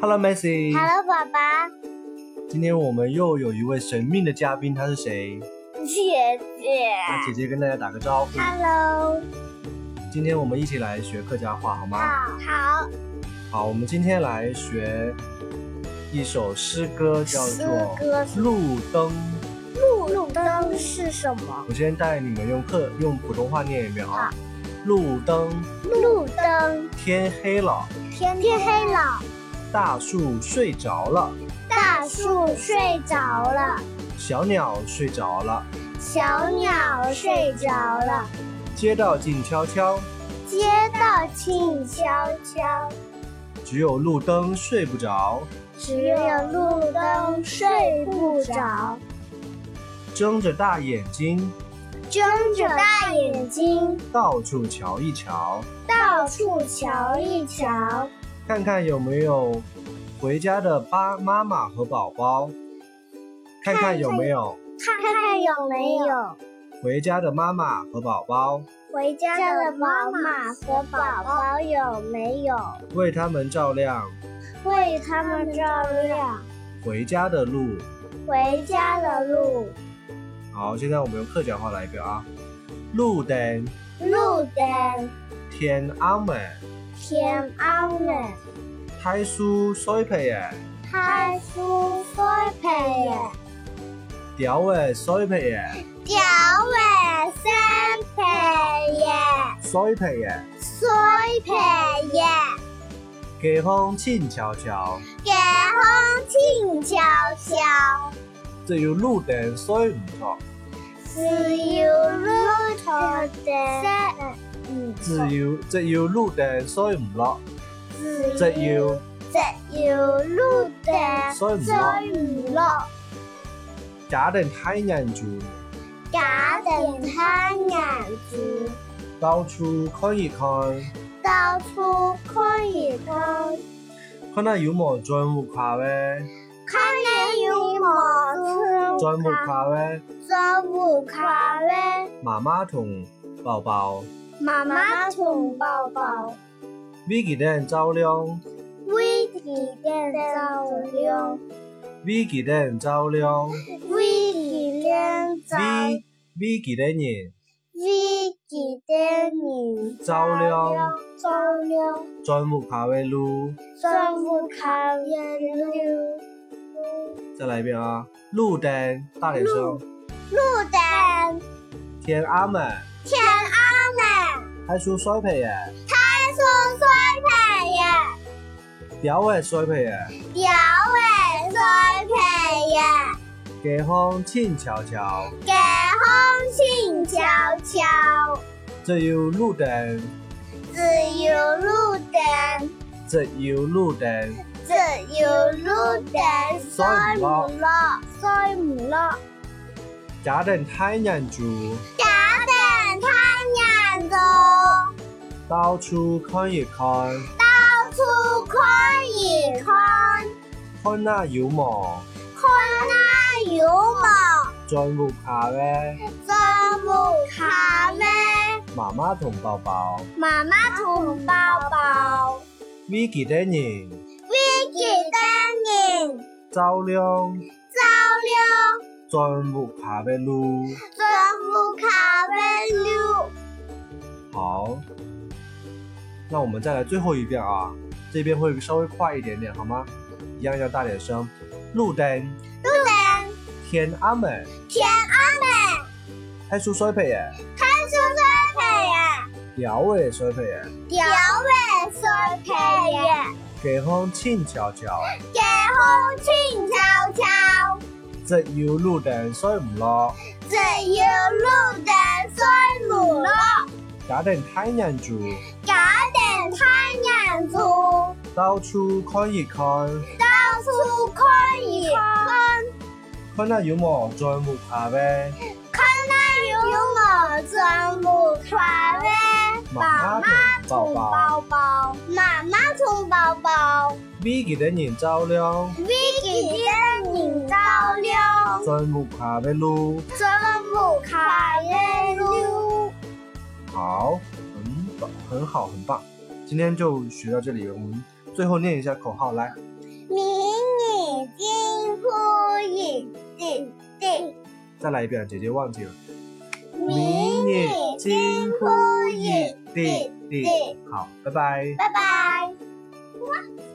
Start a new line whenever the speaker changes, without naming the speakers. Hello Messi，
Hello，爸爸，
今天我们又有一位神秘的嘉宾，他是谁？
姐姐。
那姐姐跟大家打个招呼。
Hello，
今天我们一起来学客家话好吗？
好，
好，我们今天来学一首诗歌，叫
诗
做
歌
《路灯》。
路路灯是什么？
我先带你们用客用普通话念一遍啊。路灯，
路灯，
天黑了，
天天黑了，
大树睡着了，
大树睡着了，
小鸟睡着了，
小鸟睡着了，
街道静悄悄，
街道静悄悄，
只有路灯睡不着。
只有路灯睡不着，
睁着大眼睛，
睁着大眼睛
到处瞧一瞧，
到处瞧一瞧。
看看有没有回家的爸妈妈和宝宝，看看有没有
看看有没有
回家的妈妈和宝宝，
回家的妈妈和宝宝有没有
为他们照亮
为他们照亮
回家的路。
回家的路。
好，现在我们用客家话来一遍啊。路灯
路灯
天安门，
天安门，
太叔水皮耶，
开书栽培人，
屌诶水皮耶，
九月三培人，
水皮耶，
栽培人，
街坊静悄悄，
给风景悄悄，
只有路灯水唔错，
只有路头灯，嗯
只有只有路灯水唔落，只有
只有路灯
水唔落，
追唔落，
家人太人住，
假定他眼子，
到处看一看，
到处看一看，
看下有冇转木卡喂，
看见有毛
转木卡喂，
抓不卡嘞，
妈妈同宝宝，
妈妈同宝宝
每个人照亮，
为你点照亮，
每个人照亮。
为你点照，
V V 几多人
为你点你
照亮
照亮，
专门卡位路，
抓不卡嘞路。
再来一遍啊！路灯，大点声
路。路灯，
天安门，
天安门，
还出水皮耶，
开出衰培耶，
屌诶水皮耶，
有诶衰培耶，
街坊静悄悄，
给风景悄悄，
只有路灯，
只有路灯，
只有路灯，
只有路灯衰唔落，衰唔落，
家人太人住，
假定太阳中，
到处看一看，
到处看一看，
看那有冇
看那有冇。
专门卡位，
真木咖啡，
妈妈同宝宝，
妈妈同宝宝，
V 几多人
你记得你
照亮
照亮
专门卡位路。
真木咖啡六，
好，那我们再来最后一遍啊，这边会稍微快一点点，好吗？一样要大点声。路灯，
路灯
天安门，
天安门，
黑叔衰皮耶，
开出水培呀，
鸟尾衰皮耶，
调味水培呀，
街坊静悄悄，
夜空静悄悄，
只要路灯衰唔落，
只有路灯水母落，
家人太人住，
假定太阳出。
到处看一看，
到处看一看，
看那有冇专门咖啡，
看那有我真不快乐。
妈妈同
同
宝
宝
宝，
宝，妈妈同宝宝，
每个人人照亮，
为给的你照亮，
专门咖啡路。
真不快乐。
好，很棒，很好，很棒。今天就学到这里，我们最后念一下口号来。
明眼睛，哭眼睛，睛，
再来一遍，姐姐忘记了。
明眼睛，哭眼睛，
弟弟。好，拜拜。
拜拜。